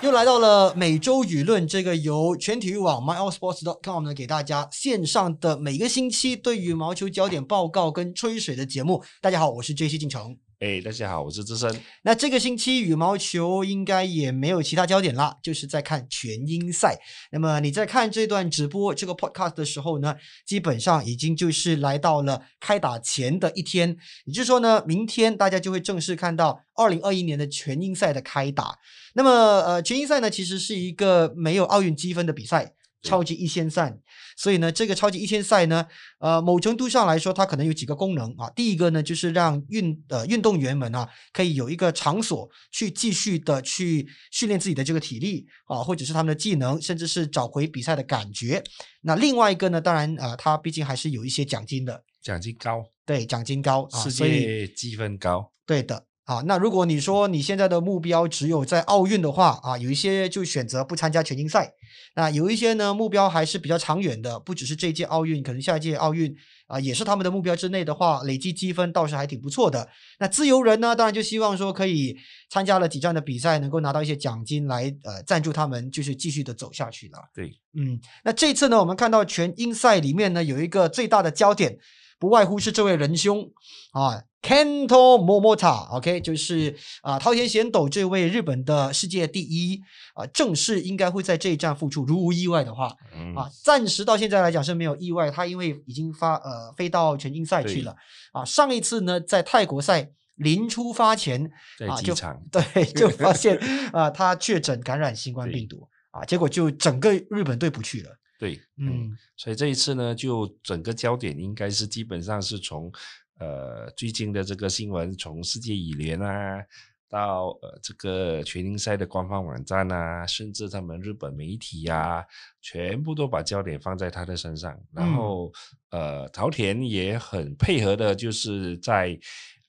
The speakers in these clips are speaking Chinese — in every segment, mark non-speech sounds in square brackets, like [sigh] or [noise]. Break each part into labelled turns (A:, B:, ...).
A: 就来到了每周舆论这个由全体育网 myallsports.com 呢给大家线上的每个星期对羽毛球焦点报告跟吹水的节目。大家好，我是 J C 进城。
B: 哎，大家好，我是资深。
A: 那这个星期羽毛球应该也没有其他焦点啦，就是在看全英赛。那么你在看这段直播这个 podcast 的时候呢，基本上已经就是来到了开打前的一天，也就是说呢，明天大家就会正式看到二零二一年的全英赛的开打。那么呃，全英赛呢，其实是一个没有奥运积分的比赛。超级一千赛，所以呢，这个超级一千赛呢，呃，某程度上来说，它可能有几个功能啊。第一个呢，就是让运呃运动员们啊，可以有一个场所去继续的去训练自己的这个体力啊，或者是他们的技能，甚至是找回比赛的感觉。那另外一个呢，当然啊、呃，它毕竟还是有一些奖金的，
B: 奖金高，
A: 对，奖金高啊，
B: 世
A: 所以
B: 界积分高，
A: 对的。啊，那如果你说你现在的目标只有在奥运的话，啊，有一些就选择不参加全英赛，那有一些呢目标还是比较长远的，不只是这届奥运，可能下一届奥运啊也是他们的目标之内的话，累积积分倒是还挺不错的。那自由人呢，当然就希望说可以参加了几站的比赛，能够拿到一些奖金来呃赞助他们，就是继续的走下去了。
B: 对，
A: 嗯，那这次呢，我们看到全英赛里面呢有一个最大的焦点，不外乎是这位仁兄啊，Kento Momota，OK，、就是啊桃田贤斗这位日本的世界第一啊，正式应该会在这一战复出，如无意外的话
B: 嗯，
A: 啊，暂时到现在来讲是没有意外，他因为已经发呃飞到全英赛去
B: 对
A: 了啊，上一次呢在泰国赛临出发前 [laughs]
B: 在
A: 啊
B: 机
A: 就
B: 场，
A: 对，就发
B: [laughs]
A: 现啊、他确诊感染新冠病毒啊，结果就整个日本队不去了。
B: 对，嗯，
A: 嗯，
B: 所以这一次呢，就整个焦点应该是基本上是从呃最近的这个新闻，从世界羽联啊。到呃，这个全英赛的官方网站啊，甚至他们日本媒体啊，全部都把焦点放在他的身上。然
A: 嗯
B: 后，呃，桃田也很配合的，就是在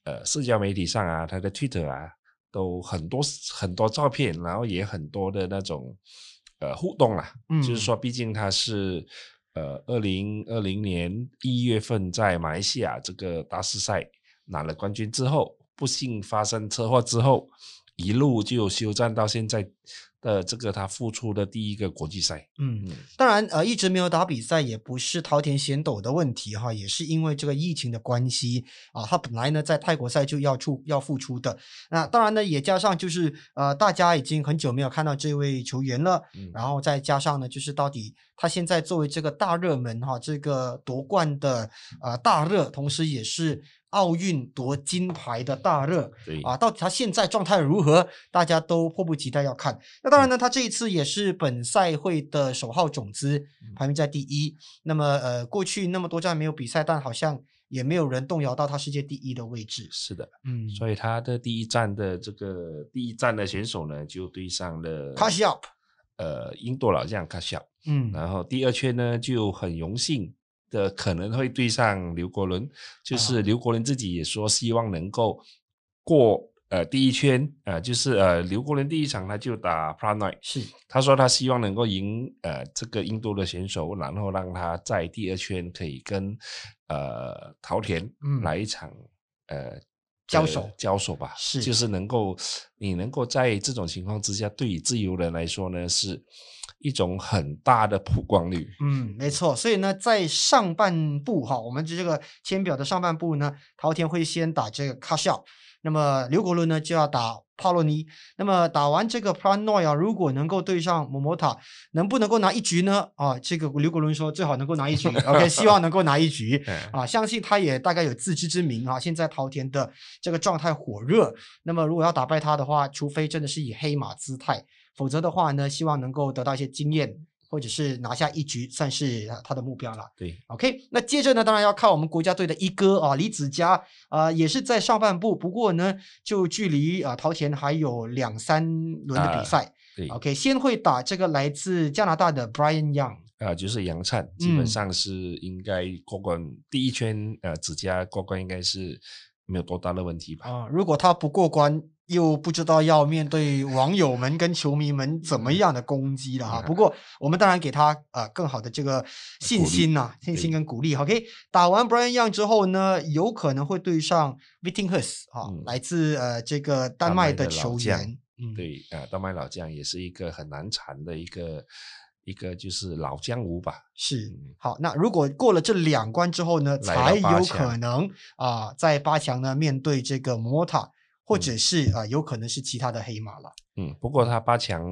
B: 呃社交媒体上啊，他的 Twitter 啊，都很多很多照片，然后也很多的那种呃互动啦。
A: 嗯
B: 就是说，毕竟他是呃二零二零年一月份在马来西亚这个大师赛拿了冠军之后，不幸发生车祸之后，一路就休战到现在的这个他复出的第一个国际赛。
A: 嗯，
B: 嗯，
A: 当然，呃，一直没有打比赛也不是桃田贤斗的问题哈，也是因为这个疫情的关系啊，他本来呢在泰国赛就要出要复出的，那当然呢也加上就是呃，大家已经很久没有看到这位球员了，
B: 嗯
A: 然后再加上呢，就是到底他现在作为这个大热门哈，这个夺冠的呃大热，同时也是奥运夺金牌的大热
B: 对
A: 啊，到底他现在状态如何，大家都迫不及待要看。那当然呢，他这一次也是本赛会的首号种子，排名在第一。那么呃，过去那么多站没有比赛，但好像也没有人动摇到他世界第一的位置。
B: 是的，
A: 嗯，
B: 所以他的第一站的这个第一站的选手呢，就对上了
A: 卡西 up，
B: 呃印度老将卡西亚。
A: 嗯
B: 然后第二圈呢，就很荣幸的可能会对上刘国伦，就是刘国伦自己也说希望能够过呃第一圈，呃就是呃刘国伦第一场他就打 Pranoy，
A: 是
B: 他说他希望能够赢呃这个印度的选手，然后让他在第二圈可以跟呃桃田
A: 嗯
B: 来一场、呃。
A: 交
B: 呃
A: 手
B: 交手吧，
A: 是
B: 就是能够，你能够在这种情况之下，对于自由人来说呢，是一种很大的曝光率。
A: 嗯，没错。所以呢，在上半部哈，我们这个签表的上半部呢，桃田会先打这个卡校，那么刘国伦呢就要打帕洛尼。那么打完这个 Pranoy 啊，如果能够对上莫莫塔，能不能够拿一局呢？啊，这个刘国伦说最好能够拿一局，OK，希望能够拿一局。
B: 嗯
A: 啊，相信他也大概有自知之明啊。现在桃田的这个状态火热，那么如果要打败他的话，除非真的是以黑马姿态，否则的话呢，希望能够得到一些经验，或者是拿下一局，算是呃他的目标了。
B: 对，
A: OK，那接着呢，当然要看我们国家队的一哥啊，李子嘉啊、也是在上半部，不过呢，就距离啊、桃田还有两三轮的比
B: 啊
A: 赛。
B: 对，啊、
A: OK，先会打这个来自加拿大的 Brian Young。
B: 呃就是杨灿，基本
A: 嗯
B: 上是应该过关、第一圈，呃，指甲过关应该是没有多大的问题吧。
A: 啊、如果他不过关，又不知道要面对网友们跟球迷们怎
B: 嗯
A: 么样的攻击了哈。不过我们当然给他呃更好的这个信
B: 鼓励
A: 心呐、信心
B: 对
A: 跟鼓励。OK，打完 Brian Young 之后呢，有可能会对上 Vittinghus 哈、
B: 嗯
A: 啊来自呃这个丹
B: 丹
A: 麦
B: 麦
A: 的
B: 的老
A: 球
B: 将
A: 员嗯，，
B: 对啊、呃，丹麦老将也是一个很难缠的一个一个就是老江湖吧。
A: 是
B: 嗯。
A: 好，那如果过了这两关之后呢，
B: 来
A: 才
B: 到八
A: 有
B: 强
A: 可能啊、在八强呢面对这个摩塔，或者是啊、有可能是其他的黑马了。
B: 嗯，不过他八强，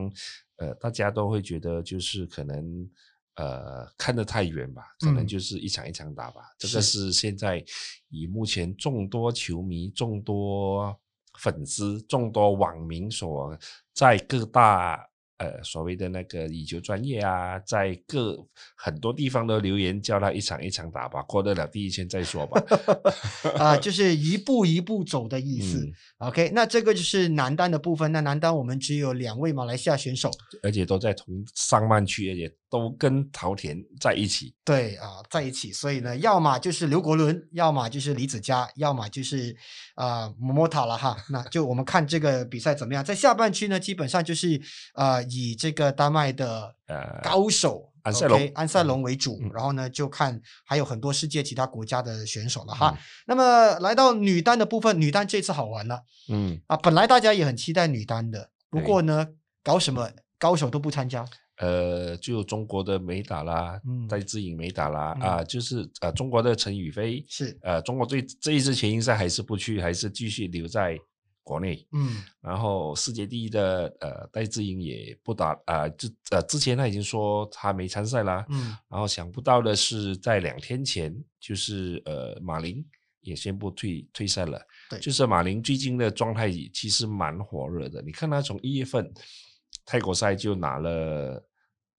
B: 呃，大家都会觉得就是可能呃看得太远吧，可能
A: 嗯
B: 就是一场一场打吧。这个
A: 是
B: 是现在以目前众多球迷、众多粉丝、众多网民所在各大。呃，所谓的那个以球专业啊，在各很多地方都留言叫他一场一场打吧，过得了第一圈再说吧。 [laughs]
A: 啊、就是一步一步走的意思。
B: 嗯，
A: OK，那这个就是男单的部分。那男单我们只有两位马来西亚选手，
B: 而且都在同上漫区，而且都跟桃田在一起。
A: 对啊、在一起。所以呢，要么就是刘国伦，要么就是李子嘉，要么就是啊莫莫塔了哈。那就我们看这个比赛怎么样。在下半区呢，基本上就是呃以这个丹麦的
B: 呃，
A: 高手。
B: 安塞龙
A: o k 安塞龙为主，
B: 嗯
A: 然后呢，就看还有很多世界其他国家的选手了哈。
B: 嗯
A: 那么来到女单的部分，女单这次好玩了，
B: 嗯，
A: 啊，本来大家也很期待女单的，不
B: 对
A: 过呢，搞什么高手都不参加。
B: 呃，就中国的梅打啦，
A: 嗯
B: 戴资颖梅打啦，
A: 嗯
B: 啊，就是呃，中国的陈雨菲，
A: 是，
B: 呃，中国队这一支全英赛还是不去，还是继续留在国内。
A: 嗯
B: 然后世界第一的呃戴资颖也不打，啊，之呃之前他已经说他没参赛啦。
A: 嗯
B: 然后想不到的是，在两天前，就是呃马林也宣布退退赛了。
A: 对
B: 就是马林最近的状态其实蛮火热的。你看他从一月份泰国赛就拿了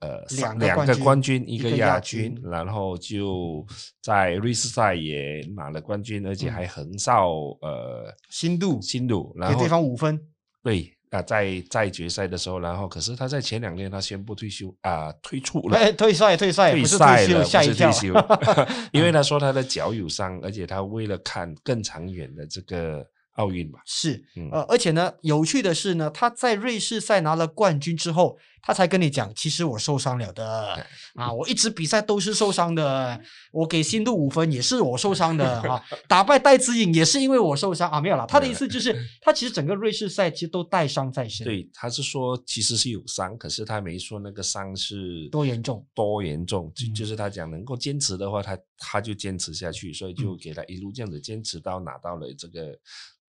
B: 呃
A: 两
B: 三
A: 个
B: 两
A: 冠
B: 个
A: 军
B: 冠军，
A: 一
B: 一个
A: 个亚
B: 亚
A: 军
B: 军，然后就在瑞士赛也拿了冠军，而且还横扫、呃
A: 嗯新度
B: 新度，然
A: 给
B: 后
A: 对方五分。
B: 对。啊，在在决赛的时候，然后可是他在前两天他宣布退休啊、退出了，
A: 哎，退赛退赛，
B: 退
A: 不是
B: 赛
A: 退
B: 了，
A: 休，
B: 不
A: 吓一
B: 是
A: 跳
B: 退。休，
A: [laughs]
B: 因为他说他的脚有伤，而且他为了看更长远的这个奥运嘛，
A: 是，
B: 嗯
A: 呃，而且呢，有趣的是呢，他在瑞士赛拿了冠军之后，他才跟你讲，其实我受伤了的啊，我一直比赛都是受伤的，我给新度五分也是我受伤
B: [laughs]
A: 的啊，打败戴资颖也是因为我受伤啊，没有啦，他的意思就是，他其实整个瑞士赛其实都带伤在身。，
B: 对，他是说其实是有伤，可是他没说那个伤是
A: 多严重，
B: 多严重，就
A: 嗯
B: 就是他讲能够坚持的话，他他就坚持下去，所以
A: 嗯
B: 就给他一路这样子坚持到拿到了这个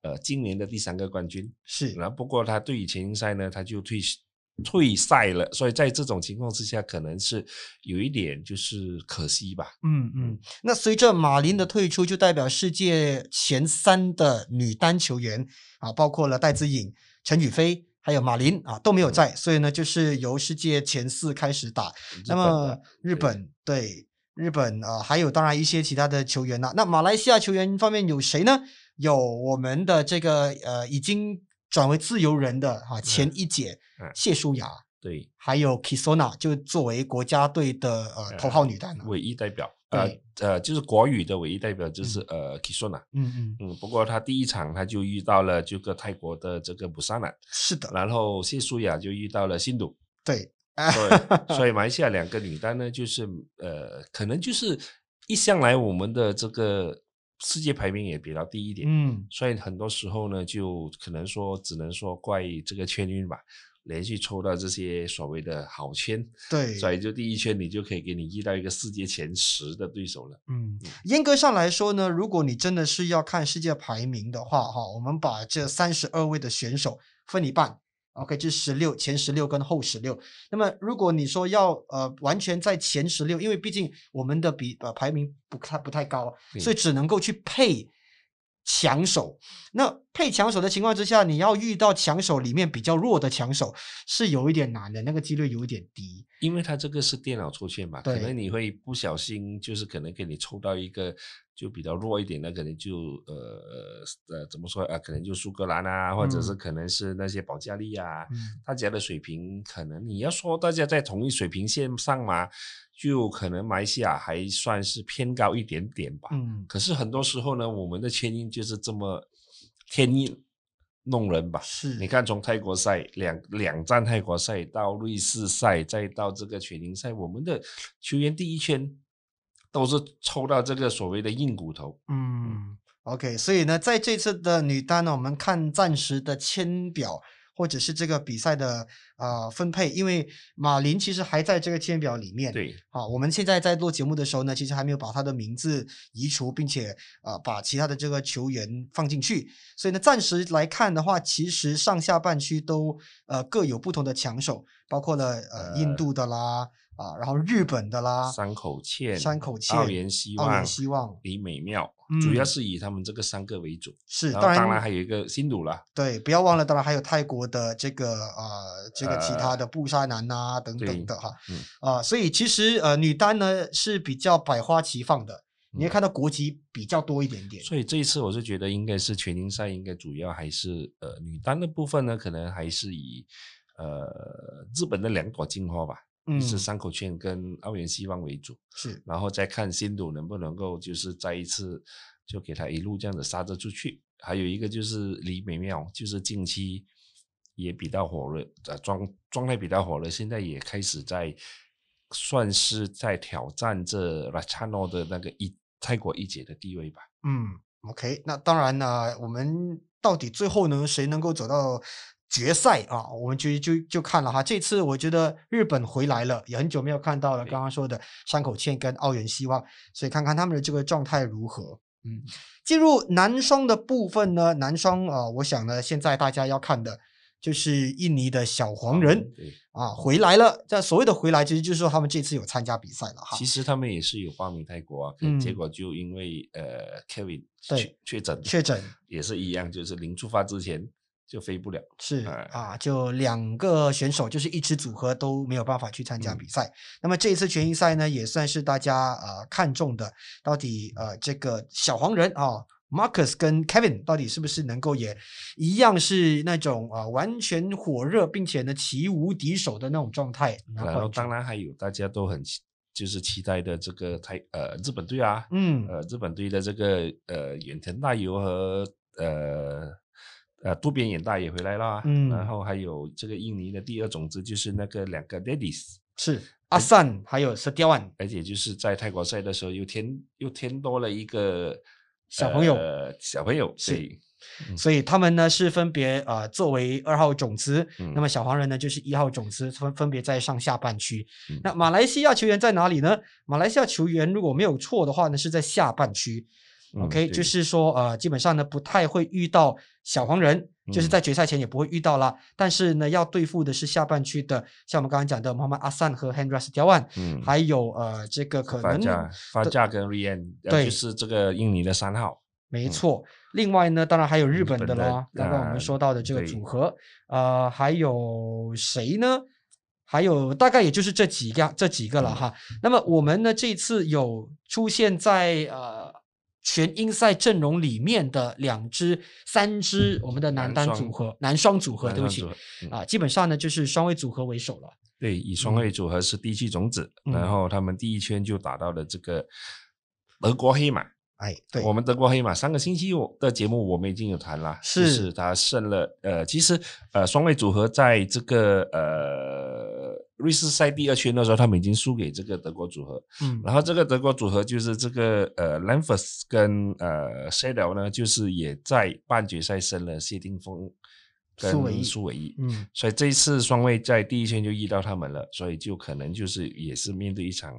B: 呃今年的第三个冠军。
A: 是，
B: 然后不过他对于前英赛呢，他就退退赛了，所以在这种情况之下，可能是有一点就是可惜吧。
A: 嗯嗯，那随着马林的退出，就代表世界前三的女单球员啊，包括了戴资颖、陈雨菲，还有马林啊都没有在，所以呢，就是由世界前四开始打。那么日
B: 对
A: 本对日本啊、呃还有当然一些其他的球员啦、那马来西亚球员方面有谁呢？有我们的这个呃已经转为自由人的哈、前一姐、
B: 嗯
A: 谢淑雅，
B: 对
A: 还有 Kisona 就作为国家队的呃
B: 嗯
A: 头号女单了、
B: 唯一代表，呃
A: 对
B: 呃，就是国语的唯一代表就是、呃 Kisona，
A: 嗯嗯，
B: 嗯，不过他第一场他就遇到了这个泰国的这个布萨南，
A: 是的，
B: 然后谢舒雅就遇到了新
A: [laughs]
B: 都，
A: 对，
B: 所以所以马来西亚两个女单呢，就是呃，可能就是一向来我们的这个世界排名也比较低一点，
A: 嗯，
B: 所以很多时候呢，就可能说只能说怪这个圈运吧，连续抽到这些所谓的好签，
A: 对，
B: 所以就第一圈你就可以给你遇到一个世界前十的对手了。
A: 嗯，严格上来说呢，如果你真的是要看世界排名的话，哈，我们把这三十二位的选手分一半，OK，这十六前十六跟后十六。那么如果你说要呃完全在前十六，因为毕竟我们的比呃排名不太不太高，啊
B: 对
A: 所以只能够去配强手。那配强手的情况之下，你要遇到强手里面比较弱的强手是有一点难的，那个几率有一点低。
B: 因为它这个是电脑抽签嘛，可
A: 对
B: 能你会不小心，就是可能给你抽到一个就比较弱一点的，可能就呃呃怎么说啊、呃可能就苏格兰啊，或者是
A: 嗯
B: 可能是那些保加利亚、啊，
A: 嗯，
B: 大家的水平可能你要说大家在同一水平线上嘛，就可能马来西亚还算是偏高一点点吧。
A: 嗯，
B: 可是很多时候呢，我们的圈因就是这么天意弄人吧。
A: 是，
B: 你看，从泰国赛两两站泰国赛到瑞士赛，再到这个雪林赛，我们的球员第一圈都是抽到这个所谓的硬骨头。
A: 嗯嗯，OK，所以呢，在这次的女单呢，我们看暂时的签表，或者是这个比赛的呃分配，因为马林其实还在这个签表里面。
B: 对，
A: 好，我们现在在做节目的时候呢，其实还没有把他的名字移除，并且呃把其他的这个球员放进去，所以呢，暂时来看的话，其实上下半区都呃各有不同的强手，包括了呃印
B: 呃
A: 度的啦啊、然后日本的啦，
B: 山口茜、
A: 山啊口茜
B: 奥原希
A: 澳
B: 望
A: 门、希望
B: 李美妙，
A: 嗯
B: 主要是以他们这个三个为主。
A: 是
B: 然后
A: 当然
B: 当然还有一个新鲁啦，
A: 对，不要忘了，当然还有泰国的这个呃，这个其他的布沙男呐、等等
B: 对
A: 的哈
B: 嗯
A: 啊、所以其实呃女单呢是比较百花齐放的，你会
B: 嗯
A: 看到国籍比较多一点点。
B: 所以这一次我是觉得应该是全英赛，应该主要还是呃女单的部分呢，可能还是以呃日本的两朵金花吧，
A: 嗯，
B: 就是山口茜跟奥原希望为主，
A: 是
B: 然后再看新鲁能不能够就是再一次就给他一路这样子杀着出去。还有一个就是李美妙，就是近期也比较火热，呃状状态比较火热，现在也开始在算是在挑战这 r a c h a n o 的那个一泰国一姐的地位吧。
A: 嗯，OK，那当然呢，我们到底最后呢谁能够走到决赛啊？我们就就就看了哈。这次我觉得日本回来了，也很久没有看到了。
B: 对
A: 刚刚说的山口茜跟奥原希望，所以看看他们的这个状态如何。嗯，进入男双的部分呢，男双啊、呃我想呢，现在大家要看的就是印尼的小黄人
B: 嗯对，
A: 啊回来了。这所谓的回来，其实就是说他们这次有参加比赛了哈
B: 其。实他们也是有报名泰国啊，可
A: 嗯
B: 结果就因为呃 Kevin
A: 对
B: 确确诊
A: 确诊
B: 也是一样，就是临出发之前就飞不了。
A: 是
B: 哎
A: 啊，就两个选手，就是一支组合都没有办法去参加
B: 嗯
A: 比赛。那么这一次全英赛呢，也算是大家呃看中的，到底呃这个小黄人啊、Marcus 跟 Kevin 到底是不是能够也一样是那种啊、呃完全火热，并且呢奇无敌手的那种状态拿
B: 然后
A: 冠军
B: 当？然还有大家都很期就是期待的这个泰呃日本队啊，
A: 嗯，
B: 呃日本队的这个呃远藤大由和呃呃渡边远大也回来啦，
A: 嗯
B: 然后还有这个印尼的第二种子就是那个两个 Daddies。
A: 是阿散还有 s e t i a n
B: 而且就是在泰国赛的时候又添又添多了一个
A: 小朋友
B: 呃、小朋友
A: 是
B: 对嗯
A: 所以他们呢是分别呃作为二号种子，那
B: 嗯
A: 么小黄人呢就是一号种子，分分别在上下半区。
B: 嗯
A: 那马来西亚球员在哪里呢？马来西亚球员如果没有错的话呢，是在下半区。
B: 嗯
A: OK，、就
B: 对
A: 是说呃，基本上呢不太会遇到小黄人，就是
B: 嗯
A: 在决赛前也不会遇到啦。但是呢，要对付的是下半区的，像我们刚刚讲的 m 曼阿散和 Hendra s t i a n
B: 嗯
A: 还有呃这个可
B: 发
A: 能
B: 价发价跟 Rian
A: 对
B: 呃就是这个印尼的三号
A: 没
B: 嗯
A: 错，另外呢，当然还有日
B: 日
A: 本
B: 本
A: 的
B: 的
A: 啦，刚刚我们
B: 啊
A: 说到的这个组
B: 对
A: 合，呃，还有谁呢？还有大概也就是这几个这几个了
B: 嗯
A: 哈。那么我们呢，这次有出现在呃全英赛阵容里面的两支、三支我们的男
B: 嗯男
A: 单
B: 双
A: 组合、男双组合，
B: 男
A: 对不
B: 双
A: 起
B: 组合嗯
A: 啊，基本上呢就是双位组合为首了。
B: 对，以双位组合是第七种子，
A: 嗯
B: 然后他们第一圈就打到了这个德国黑马。
A: 哎，对，
B: 我们德国黑马上个星期五的节目我们已经有谈了，就是是他胜了。呃，其实呃双位组合在这个呃瑞士赛第二圈的时候，他们已经输给这个德国组合，
A: 嗯
B: 然后这个德国组合就是这个呃 l a n f e r s 跟呃 s h a d o 呢，就是也在半决赛胜了谢定峰
A: 苏伟毅
B: 跟苏伟毅。
A: 嗯，
B: 所以这一次双位在第一圈就遇到他们了，所以就可能就是也是面对一场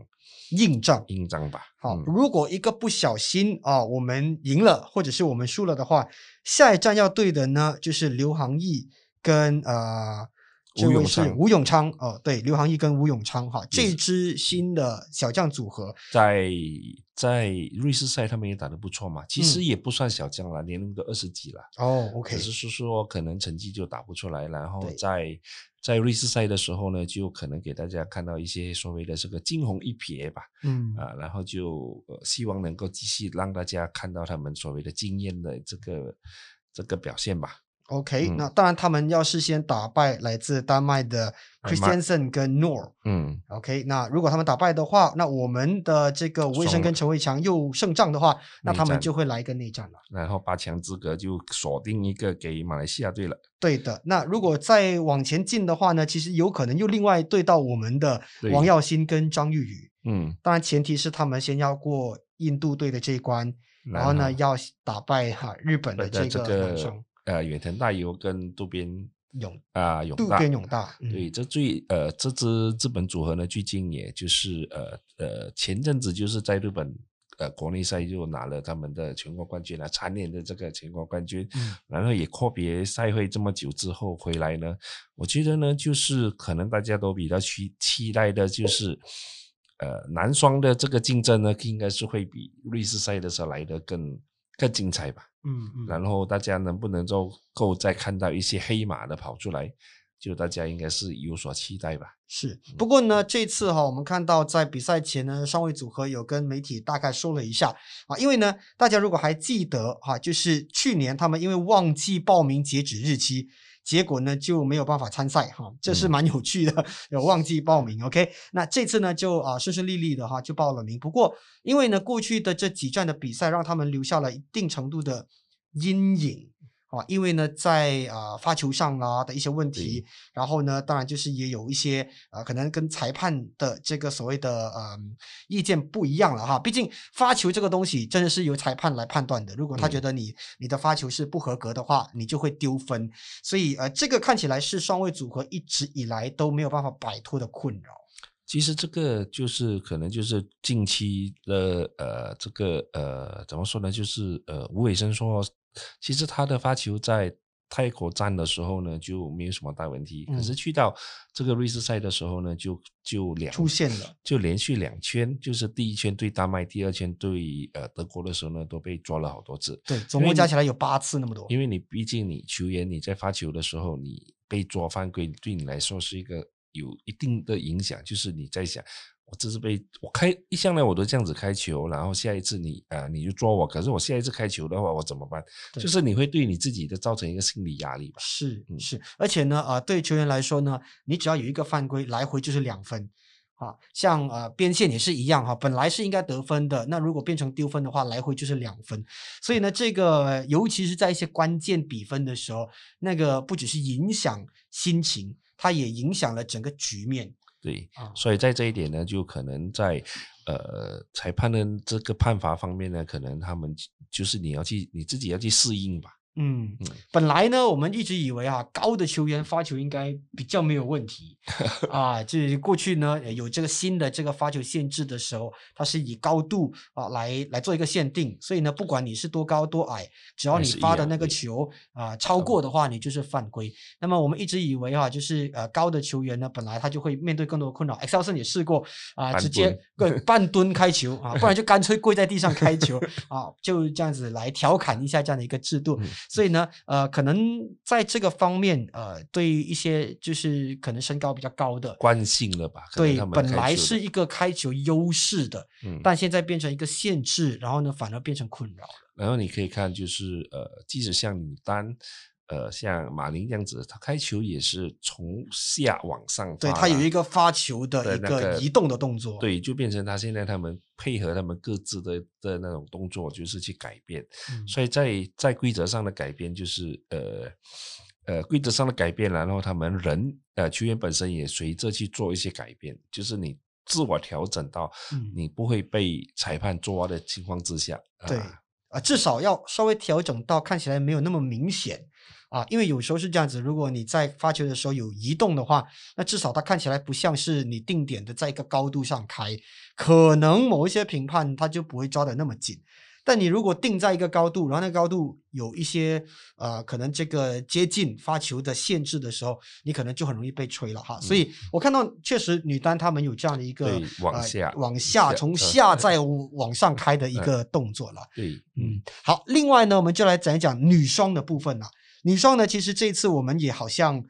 A: 硬仗。
B: 硬仗吧。
A: 好，
B: 嗯
A: 如果一个不小心啊，我们赢了或者是我们输了的话，下一站要对的呢就是刘航毅跟呃，这
B: 吴
A: 位
B: 永
A: 是
B: 昌嗯
A: 吴永昌哦、对，刘航毅跟吴永昌哈，这
B: Yes
A: 支新的小将组合，
B: 在在瑞士赛他们也打得不错嘛，其
A: 嗯
B: 实也不算小将了，年龄都二十几了，
A: 哦，OK，
B: 只是说说可能成绩就打不出来，然后
A: 对
B: 在在瑞士赛的时候呢，就可能给大家看到一些所谓的这个惊鸿一瞥吧，
A: 嗯，
B: 啊，然后就、呃希望能够继续让大家看到他们所谓的经验的这个这个表现吧。
A: OK，、
B: 嗯
A: 那当然他们要事先打败来自丹麦的
B: 丹麦
A: Christiansen 跟 Nor。
B: 嗯，
A: OK，那如果他们打败的话，那我们的这个吴卫生
B: 双
A: 跟陈伟强又胜仗的话，那
B: 内
A: 他们
B: 战
A: 就会来一个内战了。
B: 然后八强资格就锁定一个给马来西亚队了。
A: 对的，那如果再往前进的话呢，其实有可能又另外对到我们的
B: 对
A: 王耀新跟张玉宇。
B: 嗯，
A: 当然，前提是他们先要过印度队的这一关，然
B: 然
A: 后呢
B: 后
A: 要打败哈日本的
B: 本的
A: 这
B: 这
A: 个男
B: 个
A: 双。
B: 呃远藤大由跟渡边
A: 永
B: 啊，永
A: 渡
B: 大
A: 跟永大，嗯
B: 对，这最呃，这支资本组合呢，最近也就是呃呃，前阵子就是在日本呃国内赛就拿了他们的全国冠军了，蝉联的这个全国冠军，
A: 嗯
B: 然后也阔别赛会这么久之后回来呢，我觉得呢，就是可能大家都比较期期待的就是。呃，男双的这个竞争呢，应该是会比瑞士赛的时候来的更更精彩吧。
A: 嗯嗯，
B: 然后大家能不能够够再看到一些黑马的跑出来，就大家应该是有所期待吧。
A: 是，不过呢，这次哈、我们看到在比赛前呢，上位组合有跟媒体大概说了一下啊，因为呢，大家如果还记得哈、就是去年他们因为忘记报名截止日期。结果呢就没有办法参赛哈，这是
B: 嗯
A: 蛮有趣的，有忘记报名。OK，那这次呢就啊顺顺利利的哈就报了名。不过因为呢过去的这几站的比赛让他们留下了一定程度的阴影啊，因为呢在啊、发球上啊的一些问题，然后呢，当然就是也有一些呃，可能跟裁判的这个所谓的呃意见不一样了哈。毕竟发球这个东西真的是由裁判来判断的，如果他觉
B: 嗯
A: 得你、你的发球是不合格的话，你就会丢分。所以呃，这个看起来是双位组合一直以来都没有办法摆脱的困扰。
B: 其实这个就是可能就是近期的呃这个呃怎么说呢，就是呃吴伟生说，其实他的发球在泰国站的时候呢就没有什么大问题，
A: 嗯
B: 可是去到这个瑞士赛的时候呢，就就两
A: 出现了
B: 就连续两圈，就是第一圈对丹麦，第二圈对呃德国的时候呢都被抓了好多次。
A: 对，总
B: 因为
A: 共加
B: 你
A: 起来有八次那么多。
B: 因为你毕竟你球员你在发球的时候，你被抓犯规，对你来说是一个有一定的影响，就是你在想。我这是被我开一向来我都这样子开球，然后下一次你啊、呃你就抓我，可是我下一次开球的话我怎么办？
A: 对
B: 就是你会对你自己的造成一个心理压力吧？
A: 是
B: 嗯
A: 是，而且呢，啊，对球员来说呢，你只要有一个犯规，来回就是两分。啊，像呃边线也是一样哈、本来是应该得分的，那如果变成丢分的话，来回就是两分。所以呢，这个尤其是在一些关键比分的时候，那个不只是影响心情，它也影响了整个局面
B: 对，
A: 啊。
B: 所以在这一点呢，就可能在呃裁判的这个判罚方面呢，可能他们就是你要去你自己要去适应吧。
A: 嗯
B: 嗯，
A: 本来呢，我们一直以为啊，高的球员发球应该比较没有问 [laughs] 题啊。这过去呢，呃有这个新的这个发球限制的时候，它是以高度啊来来做一个限定，所以呢，不管你是多高多矮，只要
B: 还
A: 你
B: 是一
A: 发的
B: 样
A: 那个
B: 对
A: 球啊超过的话，你就是犯规。那么我们一直以为哈、就是呃高的球员呢，本来他就会面对更多的困扰。Excelson 也试过啊、
B: 半
A: 直接对 [laughs] 半蹲开球啊，不然就干脆跪在地上开球啊，就这样子来调侃一下这样的一个制度。
B: 嗯
A: 所以呢，呃，可能在这个方面，呃，对于一些就是可能身高比较高的，
B: 惯性了吧？可能
A: 对
B: 他们
A: 本
B: 开
A: 来
B: 球的
A: 是一个开球优势的，
B: 嗯，
A: 但现在变成一个限制，然后呢，反而变成困扰了。
B: 然后你可以看，就是呃，即使像女单，呃，像马琳这样子，她开球也是从下往上
A: 对，
B: 发
A: 它有
B: 啦
A: 一个发球的
B: 对
A: 一
B: 那
A: 个
B: 个
A: 移动的动作。
B: 对，就变成她现在他们配合他们各自的的那种动作，就是去改变。
A: 嗯，
B: 所以在在规则上的改变，就是呃呃规则上的改变，然后他们人呃球员本身也随着去做一些改变，就是你自我调整到
A: 嗯
B: 你不会被裁判抓的情况之下，
A: 对
B: 啊
A: 啊，至少要稍微调整到看起来没有那么明显啊，因为有时候是这样子，如果你在发球的时候有移动的话，那至少它看起来不像是你定点的在一个高度上开，可能某一些评判他就不会抓得那么紧。但你如果定在一个高度，然后那个高度有一些呃，可能这个接近发球的限制的时候，你可能就很容易被吹了哈。所以我看到确实女单她们有这样的一个
B: 嗯对往
A: 呃
B: 下
A: 往下
B: 下嗯
A: 从
B: 呃
A: 下再往上开的一个动作了。
B: 对，
A: 嗯，好，另外呢，我们就来讲一讲女双的部分啦。女双呢，其实这次我们也好像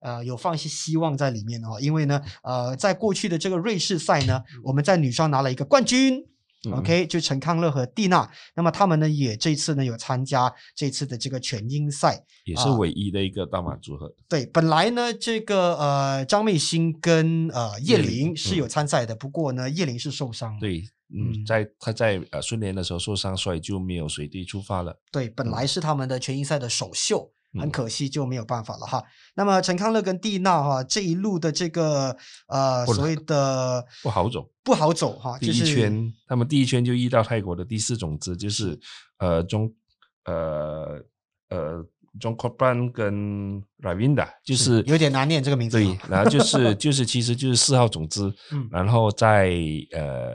A: 呃有放一些希望在里面哦，因为呢，
B: 嗯
A: 呃，在过去的这个瑞士赛呢，我们在女双拿了一个冠军。
B: 嗯
A: OK，就陈康乐和蒂娜，那么他们呢也这次呢有参加这次的这个全英赛，
B: 也是
A: 啊嗯
B: 唯一的一个大满组合。
A: 对，本来呢，这个呃张妹欣跟呃叶
B: 叶玲
A: 玲是有参赛的，不过呢叶玲是受伤了，
B: 对，
A: 嗯
B: 嗯，在他在呃顺联的时候受伤，所以就没有随队出发了。
A: 对，本
B: 嗯
A: 来是他们的全英赛的首秀，很
B: 嗯
A: 可惜就没有办法了哈。那么陈康乐跟蒂娜哈这一路的这个呃
B: 不
A: 所谓的
B: 不好走，
A: 不好走哈，
B: 第
A: 啊就
B: 一
A: 是
B: 圈，他们第一圈就遇到泰国的第四种子，就是呃中呃呃 John Corban 跟 Ravinda，就是
A: 有点难念这个名字
B: 对
A: 啊，
B: 然后就是就是其实就是四号种子，
A: 嗯
B: 然后在呃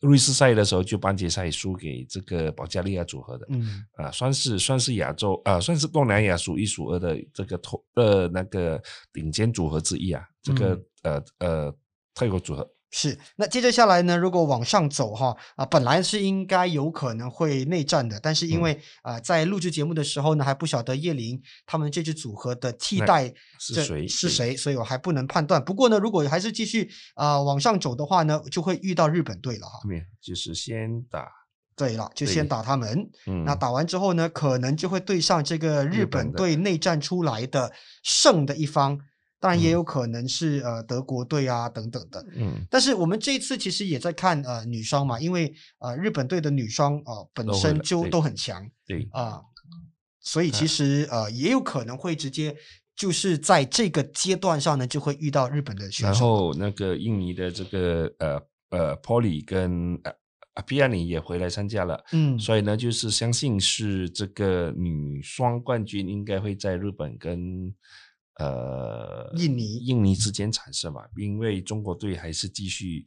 B: 瑞士赛的时候就半决赛输给这个保加利亚组合的，
A: 嗯
B: 啊，算是算是亚洲啊，算是东南亚数一数二的这个头呃那个顶尖组合之一啊，这个、
A: 嗯
B: 呃呃泰国组合，
A: 是，那接着下来呢？如果往上走哈啊，本来是应该有可能会内战的，但是因
B: 嗯
A: 为啊、呃在录制节目的时候呢，还不晓得叶琳他们这支组合的替
B: 那
A: 代
B: 是
A: 这
B: 谁
A: 是
B: 对
A: 谁，所以我还不能判断。不过呢，如果还是继续啊、呃往上走的话呢，就会遇到日本队了哈。
B: 后面就是先打
A: 对了，就
B: 对
A: 先打他们。
B: 嗯
A: 那打完之后呢，可能就会对上这个日
B: 日本
A: 本
B: 的
A: 队内战出来的胜的一方，当然也
B: 嗯
A: 有可能是、呃德国队啊等等的。
B: 嗯
A: 但是我们这一次其实也在看呃女双嘛，因为呃日本队的女双啊、呃本
B: 都会
A: 身
B: 了
A: 就
B: 对嗯
A: 都很强
B: 对
A: 啊、所以其实呃也有可能会直接就是在这个阶段上呢就会遇到日本的选
B: 然
A: 手。
B: 后那个印尼的这个呃呃 Polly 跟呃阿比亚尼也回来参加了，
A: 嗯，
B: 所以呢，就是相信是这个女双冠军应该会在日本跟呃
A: 印尼嗯
B: 印尼之间产生吧，因为中国队还是继续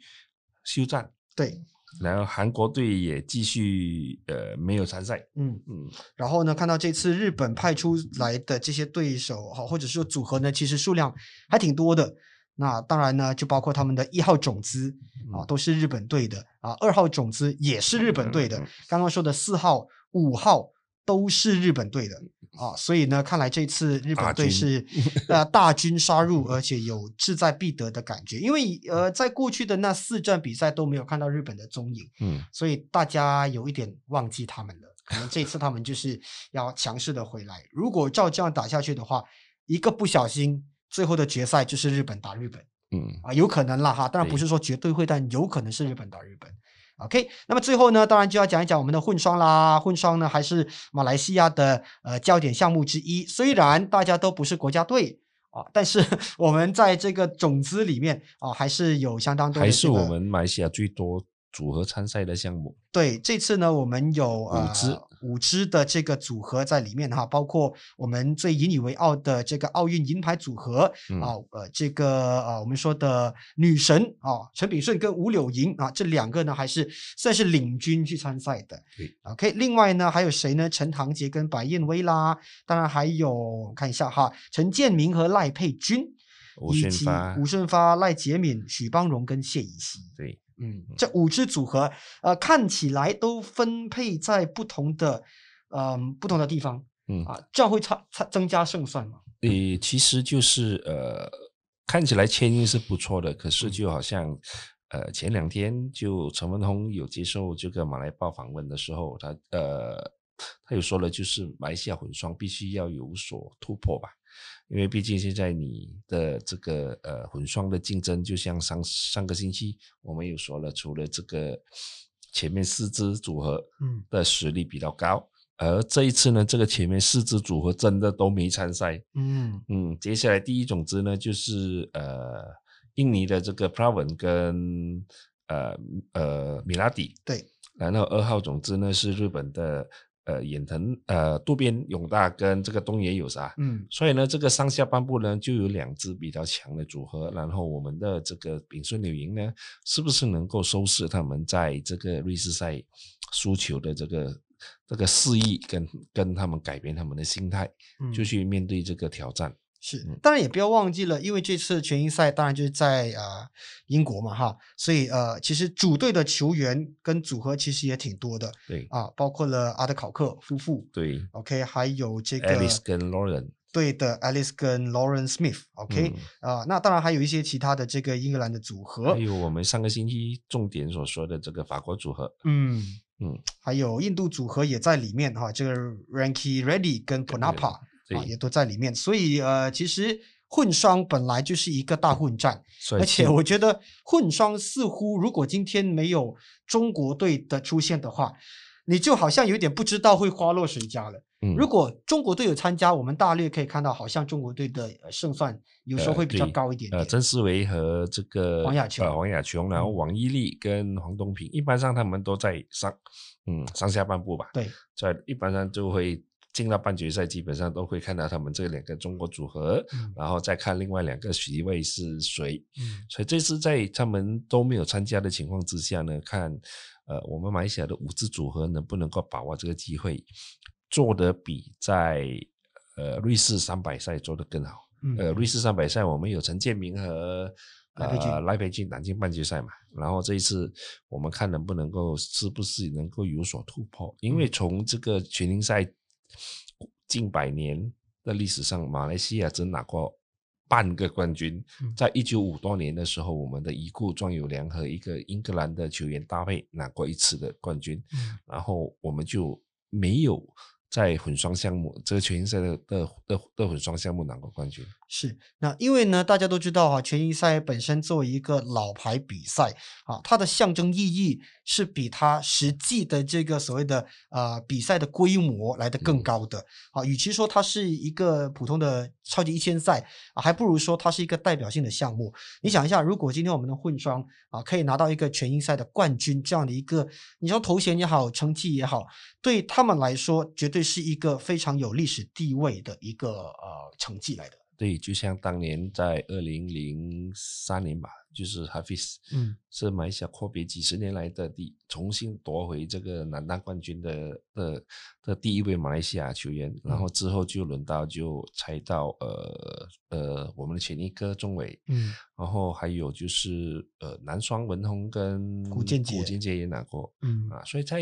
B: 休战，
A: 对，
B: 然后韩国队也继续呃没有参赛，
A: 嗯，
B: 嗯，
A: 然后呢，看到这次日本派出来的这些对手哈，或者说组合呢，其实数量还挺多的。那当然呢，就包括他们的一号种子啊，
B: 嗯
A: 都是日本队的啊，二号种子也是日本队的
B: 嗯嗯，
A: 刚刚说的四号、五号都是日本队的啊，所以呢，看来这次日本
B: 嗯大
A: 队
B: 军
A: 是
B: [laughs]
A: 呃大军杀入，而且有志在必得的感觉，因为
B: 嗯
A: 呃，在过去的那四站比赛都没有看到日本的踪影。
B: 嗯，
A: 所以大家有一点忘记他们了。可能这次他们就是要强势的回来。如果照这样打下去的话，一个不小心，最后的决赛就是日本打日本
B: 嗯，
A: 啊，有可能啦哈。当然不
B: 对
A: 是说绝对会，但有可能是日本打日本。OK，那么最后呢，当然就要讲一讲我们的混双啦。混双呢，还是马来西亚的呃焦点项目之一。虽然大家都不是国家队啊，但是 [laughs] 我们在这个种子里面啊，还是有相当多的、哦
B: 还
A: 这个。
B: 是我们马来西亚最多组合参赛的项目，
A: 对，这次呢，我们有呃
B: 支
A: 五支的这个组合在里面哈，包括我们最引以为傲的这个奥运银牌组合
B: 嗯
A: 啊，呃，这个呃我们说的女神啊，陈炳顺跟吴柳莹啊，这两个呢还是算是领军去参赛的
B: 对。
A: OK，另外呢还有谁呢？陈唐杰跟白燕薇啦，当然还有看一下哈，陈建明和赖佩君，
B: 吴
A: 以
B: 宣
A: 及
B: 发
A: 吴，顺发、赖洁敏、许邦荣跟谢怡希。
B: 对，
A: 嗯，这五支组合，呃，看起来都分配在不同的，嗯、不同的地方
B: 嗯，
A: 啊，这样会差差增加胜算吗？
B: 诶，其实就是呃，看起来签约是不错的，可是就好像呃，前两天就陈文宏有接受这个马来报访问的时候，他呃，他有说了，就是马来西亚混双必须要有所突破吧，因为毕竟现在你的这个呃混双的竞争，就像上上个星期我们有说了，除了这个前面四支组合，
A: 嗯，
B: 的实力比较高。而这一次呢，这个前面四支组合真的都没参赛，
A: 嗯
B: 嗯，接下来第一种子呢，就是呃，印尼的这个 Pravin 跟呃呃米拉迪，
A: 对，
B: 然后二号种子呢是日本的呃远藤呃渡边勇大跟这个东野有沙，
A: 嗯
B: 所以呢，这个上下半部呢就有两支比较强的组合，然后我们的这个丙顺柳营呢，是不是能够收拾他们在这个瑞士赛输球的这个这个肆意跟跟他们改变他们的心态，
A: 嗯，
B: 就去面对这个挑战？
A: 是
B: 嗯，
A: 当然也不要忘记了，因为这次全英赛当然就是在呃英国嘛哈，所以呃其实主队的球员跟组合其实也挺多的
B: 对
A: 啊，包括了阿德考克夫妇
B: 对
A: ，OK，还有这个
B: ，Alice 跟 Lauren，
A: 对的 Alice 跟 Lauren Smith，OK、啊、那当然还有一些其他的这个英格兰的组合
B: 还，有我们上个星期重点所说的这个法国组合，
A: 嗯
B: 嗯，
A: 还有印度组合也在里面哈、这个 Ranky Reddy 跟 Ponapa
B: 对
A: 啊，也都在里面，所以呃，其实混双本来就是一个大混战，
B: 所以
A: 而且
B: 今
A: 我觉得混双似乎如果今天没有中国队的出现的话，你就好像有点不知道会花落谁家了。
B: 嗯
A: 如果中国队有参加，我们大略可以看到，好像中国队的呃胜算有时候
B: 呃
A: 会比较
B: 对
A: 高一点点。
B: 呃，曾思维和这个
A: 黄雅琼
B: 呃，黄雅琼，然后
A: 嗯
B: 王一丽跟黄东平，一般上他们都在上，嗯，上下半部吧，
A: 对，
B: 在一般上就会进到半决赛，基本上都会看到他们这两个中国组合，
A: 嗯
B: 然后再看另外两个席位是谁。
A: 嗯
B: 所以这次在他们都没有参加的情况之下呢，看呃我们马来西亚的五支组合能不能够把握这个机会，做得比在呃瑞士三百赛做得更好。
A: 嗯
B: 呃，瑞士三百赛我们有陈建明和
A: 赖佩
B: 呃
A: 君
B: 赖佩君南京半决赛嘛，然后这一次我们看能不能够是不是能够有所突破，因
A: 嗯
B: 为从这个全英赛近百年的历史上，马来西亚只拿过。半个冠军
A: 嗯，
B: 在一九五多年的时候，我们的已故庄友良和一个英格兰的球员搭配拿过一次的冠军。
A: 嗯
B: 然后我们就没有在混双项目这个全英赛的的的的混双项目拿过冠军。
A: 是，那因为呢，大家都知道啊，全英赛本身作为一个老牌比赛啊，它的象征意义是比它实际的这个所谓的呃比赛的规模来的更
B: 嗯
A: 高的、啊。与其说它是一个普通的超级一千赛、啊，还不如说它是一个代表性的项目。你想一下，如果今天我们的混双啊可以拿到一个全英赛的冠军这样的一个，你说头衔也好，成绩也好，对他们来说绝对是一个非常有历史地位的一个呃成绩来的。
B: 对，就像当年在二零零三年吧，就是 Hafiz，
A: 嗯，
B: 是马来西亚阔别几十年来的第重新夺回这个男单冠军的的的第一位马来西亚球员，然
A: 嗯
B: 后之后就轮到就才到呃呃我们的前一哥钟伟，
A: 嗯，
B: 然后还有就是呃男双文宏跟
A: 古建
B: 古
A: 杰
B: 建杰也拿过，
A: 嗯
B: 啊，所以在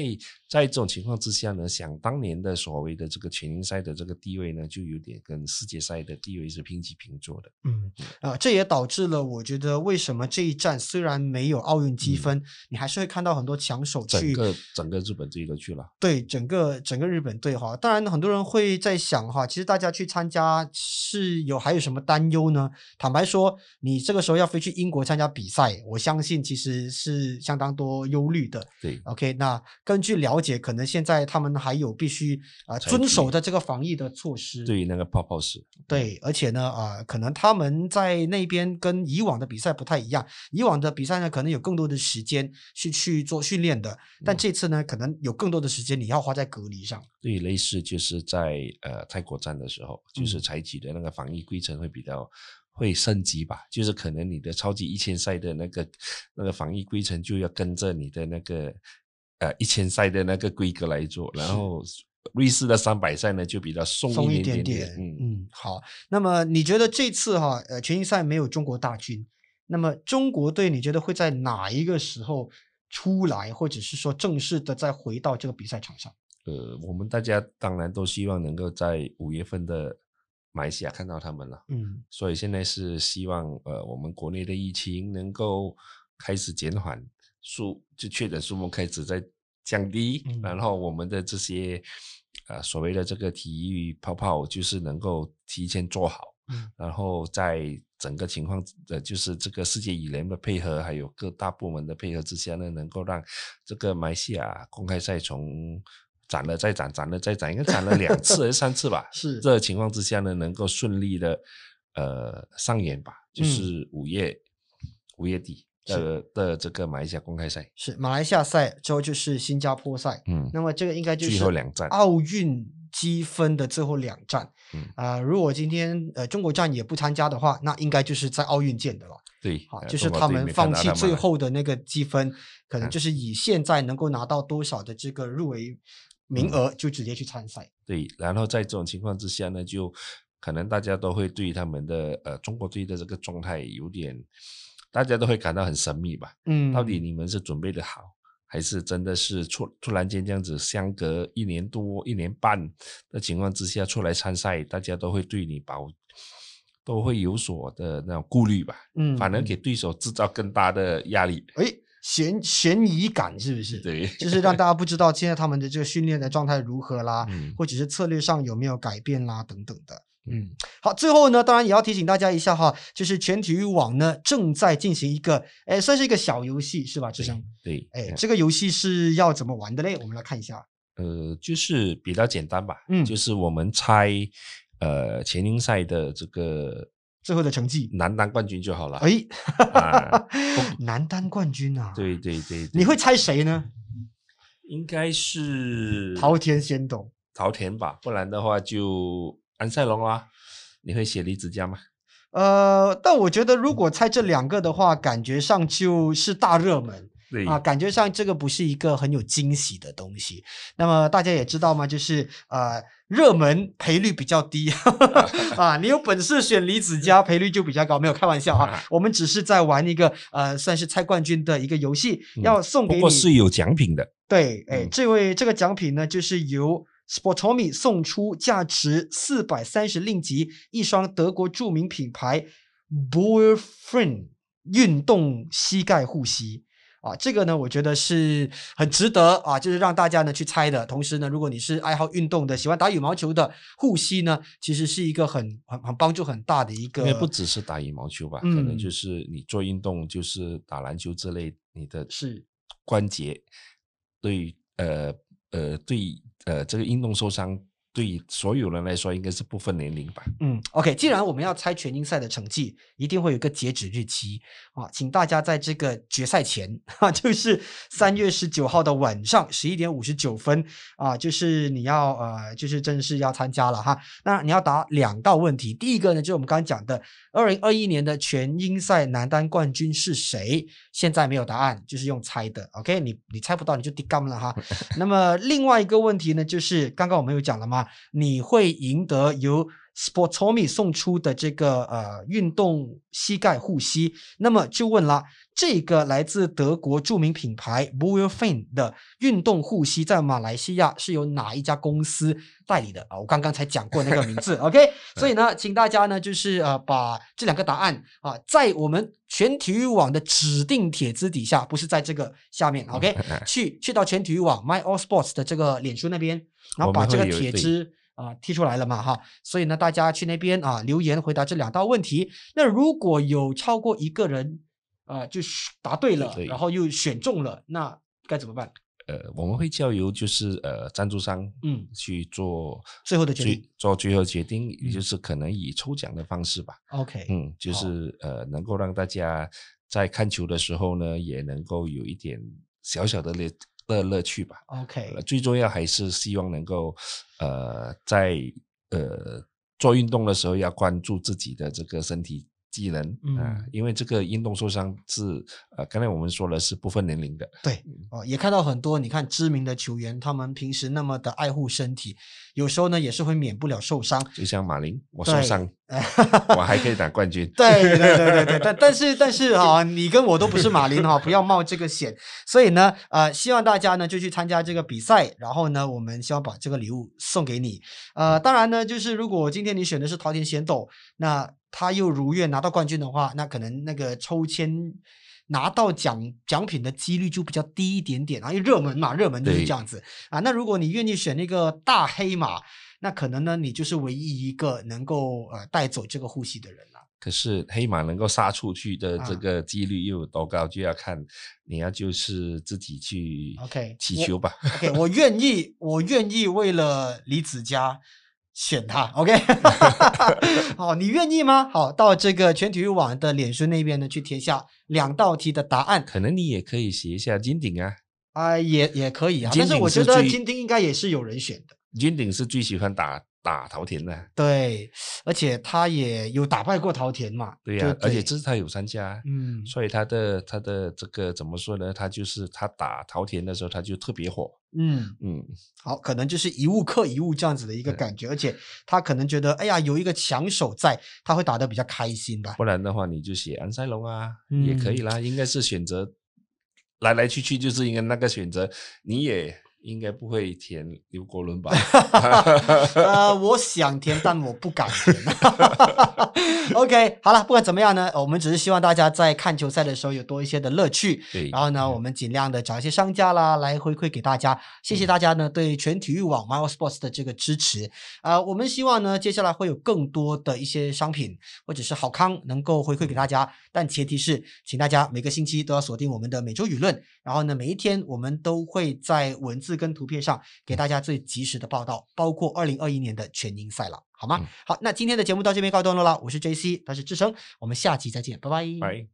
B: 在这种情况之下呢，想当年的所谓的这个全英赛的这个地位呢，就有点跟世界赛的地位是平起平坐的。
A: 嗯啊、这也导致了我觉得为什么这一站虽然没有奥运积
B: 嗯
A: 分，你还是会看到很多强手
B: 整
A: 去
B: 个整个日本队都去了，
A: 对整个整个日本队哈。当然，很多人会在想哈，其实大家去参加是有还有什么担忧呢？坦白说，你这个时候要飞去英国参加比赛，我相信其实是相当多忧虑的。
B: 对
A: OK，那根据了解，可能现在他们还有必须啊、呃
B: 采
A: 遵守
B: 取
A: 的这个防疫的措施。
B: 对于那个泡泡是，
A: 对，而且呢，啊、可能他们在那边跟以往的比赛不太一样，以往的比赛呢，可能有更多的时间是去做训练的，但
B: 嗯
A: 这次呢，可能有更多的时间你要花在隔离上。
B: 对于类似就是在呃泰国站的时候，就是
A: 嗯
B: 采取的那个防疫规程会比较。会升级吧，就是可能你的超级一千赛的那个那个防疫规程就要跟着你的那个呃一千赛的那个规格来做，然
A: 是
B: 后瑞士的三百赛呢就比较松
A: 松
B: 一
A: 点
B: 点点，
A: 嗯好。那么你觉得这次哈，呃，全英赛没有中国大军，那么中国队你觉得会在哪一个时候出来，或者是说正式的再回到这个比赛场上？
B: 呃，我们大家当然都希望能够在五月份的马来西亚看到他们了，
A: 嗯
B: 所以现在是希望呃我们国内的疫情能够开始减缓，数就确诊数目开始在降低，
A: 嗯
B: 然后我们的这些呃所谓的这个体育泡泡就是能够提前做好。
A: 嗯
B: 然后在整个情况呃，就是这个世界羽联的配合，还有各大部门的配合之下呢，能够让这个马来西亚公开赛从展了再展，展了再展，应该展了两次还是三次吧。
A: 是
B: 这个情况之下呢，能够顺利的呃上演吧，
A: 嗯
B: 就是五月五、月底的的这个马来西亚公开赛，
A: 是马来西亚赛之后就是新加坡赛，
B: 嗯，
A: 那么这个应该就是哦
B: 最后两站，
A: 奥运积分的最后两站。
B: 嗯
A: 啊、如果今天呃中国站也不参加的话，那应该就是在奥运见的了。
B: 对，
A: 好，
B: 呃
A: 就是
B: 中国
A: 他
B: 队
A: 们
B: 没看
A: 放
B: 到
A: 弃
B: 他们
A: 最
B: 了
A: 后的那个积分，可能
B: 嗯
A: 就是以现在能够拿到多少的这个入围
B: 嗯
A: 名额，就直接去参赛。
B: 对，然后在这种情况之下呢，就可能大家都会对他们的呃中国队的这个状态有点，大家都会感到很神秘吧？
A: 嗯，
B: 到底你们是准备的好，还是真的是突突然间这样子相隔一年多、一年半的情况之下出来参赛，大家都会对你保都会有所的那种顾虑吧？
A: 嗯，
B: 反而
A: 嗯
B: 给对手制造更大的压力。
A: 哎悬悬疑感是不是？，
B: 对，
A: 就是让大家不知道现在他们的这个训练的状态如何啦，
B: 嗯，
A: 或者是策略上有没有改变啦，等等的。
B: 嗯，
A: 好，最后呢，当然也要提醒大家一下哈，就是全体育网呢正在进行一个，哎，算是一个小游戏是吧？志
B: 对
A: 生，
B: 对，
A: 哎，这个游戏是要怎么玩的嘞？我们来看一下。
B: 呃，就是比较简单吧，
A: 嗯
B: 就是我们猜，呃，前英赛的这个
A: 最后的成绩。
B: 男单冠军就好了。
A: 哎，
B: 嗯啊，
A: 男单冠军啊！，
B: 对对对，对
A: 你会猜谁呢？
B: 应该是
A: 滔天先斗
B: 桃田吧，不然的话就安塞龙啦。你会写离子家吗？
A: 呃，但我觉得如果猜这两个的话，感觉上就是大热门。
B: 对
A: 啊，感觉上这个不是一个很有惊喜的东西。那么大家也知道嘛，就是呃，热门赔率比较低 [laughs] 啊，你有本事选离子家，赔率就比较高。没有开玩笑啊
B: 啊，
A: 我们只是在玩一个呃，算是猜冠军的一个游戏，
B: 嗯
A: 要送给
B: 不
A: 你。
B: 过是有奖品的，
A: 对，哎，
B: 嗯
A: 这位这个奖品呢，就是由 Sportomi 送出价值四百三十令吉一双德国著名品牌 Boyfriend 运动膝盖护膝。啊，这个呢，我觉得是很值得啊，就是让大家呢去猜的。同时呢，如果你是爱好运动的，喜欢打羽毛球的，护膝呢，其实是一个很很很帮助很大的一个。
B: 因为不只是打羽毛球吧，可
A: 嗯
B: 能就是你做运动，就是打篮球之类，你的
A: 是
B: 关节对呃呃对呃这个运动受伤，对所有人来说应该是不分年龄吧。
A: 嗯，OK，既然我们要猜全英赛的成绩，一定会有一个截止日期啊，请大家在这个决赛前 [laughs] 啊，就是三月十九号的晚上十一点五十九分啊，就是你要呃，就是正式要参加了哈。那你要答两道问题，第一个呢，就是我们刚刚讲的二零二一年的全英赛男单冠军是谁？现在没有答案，就是用猜的。OK，你你猜不到你就 dig 了哈。 [laughs] 那么另外一个问题呢，就是刚刚我们有讲了嘛，你会赢得由 Sportomi 送出的这个呃运动膝盖护膝。那么就问了，这个来自德国著名品牌 b o y f i n 的运动护膝在马来西亚是由哪一家公司代理的啊？我刚刚才讲过那个名字，OK？所以呢，请大家呢就是呃把这两个答案啊，在我们全体育网的指定帖子底下，不是在这个下面，OK？去去到全体育网 My All Sports 的这个脸书那边，然后
B: 我
A: 把
B: 们
A: 这
B: 会
A: 个
B: 有
A: 帖
B: 对
A: 子啊、贴出来了嘛哈，所以呢，大家去那边啊留言回答这两道问题。那如果有超过一个人啊、就是答对了，
B: 对
A: 然后又选中了，那该怎么办？
B: 呃，我们会交由就是呃赞助商
A: 嗯
B: 去做
A: 最后的决
B: 最
A: 定。
B: 做最后决定，
A: 嗯
B: 也就是可能以抽奖的方式吧。
A: OK，
B: 嗯，就
A: 好
B: 是呃能够让大家在看球的时候呢，也能够有一点小小的乐的乐趣吧。
A: OK，
B: 呃最重要还是希望能够呃在呃做运动的时候要关注自己的这个身体技能啊、
A: 嗯
B: 因为这个运动受伤是呃刚才我们说了是不分年龄的，
A: 对
B: 嗯
A: 哦，也看到很多你看知名的球员，他们平时那么的爱护身体，有时候呢也是会免不了受伤。
B: 就像马林，我受
A: 对
B: 伤，我还可以打冠军。
A: 对对对对对，但但是但是哈、你跟我都不是马林哈、不要冒这个险。所以呢，呃，希望大家呢就去参加这个比赛，然后呢，我们希望把这个礼物送给你。呃，当然呢，就是如果今天你选的是桃田贤斗，那他又如愿拿到冠军的话，那可能那个抽签。拿到奖奖品的几率就比较低一点点啊，因为热门嘛，热门就是
B: 对
A: 这样子啊。那如果你愿意选那个大黑马，那可能呢，你就是唯一一个能够呃带走这个护膝的人了。
B: 可是黑马能够杀出去的
A: 啊
B: 这个几率又有多高，就要看你要就是自己去
A: OK，
B: 祈
A: 我
B: 求吧。
A: OK，我愿意，我愿意为了李子嘉选他。OK，好，你愿意吗？好，到这个全体育网的脸书那边呢，去填下两道题的答案
B: 可能你也可以写一下金鼎啊，
A: 啊、也也可以啊。
B: 金
A: 但
B: 鼎
A: 是我觉
B: 是
A: 得
B: 最
A: 今天应该也是有人选的，
B: 金鼎是最喜欢打打桃田的，
A: 对，而且他也有打败过桃田嘛，
B: 对呀、
A: 不
B: 而且这是他有参加，
A: 嗯
B: 所以他的他的这个怎么说呢？他就是他打桃田的时候，他就特别火，
A: 嗯，
B: 嗯，
A: 好，可能就是一物克一物这样子的一个感觉，而且他可能觉得，哎呀，有一个强手在，他会打得比较开心吧。
B: 不然的话你就写安塞龙啊、也可以
A: 嗯
B: 啦，应该是选择来来去去就是应该那个选择，你也应该不会填刘国伦吧？
A: [laughs] 呃，我想填，但我不敢填。OK，好了，不管怎么样呢，呃我们只是希望大家在看球赛的时候有多一些的乐趣。
B: 对，嗯
A: 然后呢，我们尽量的找一些商家啦来回馈给大家，谢谢大家呢对全体育网 My Sports 的这个支持。啊、我们希望呢接下来会有更多的一些商品或者是好康能够回馈给大家，但前提是请大家每个星期都要锁定我们的每周舆论，然后呢每一天我们都会在文字跟图片上给大家最及时的报道，包括二零二一年的全英赛了，好吗？
B: 嗯
A: 好，那今天的节目到这边告一段落了，我是 J C，他是志生，我们下期再见，拜拜，
B: 拜。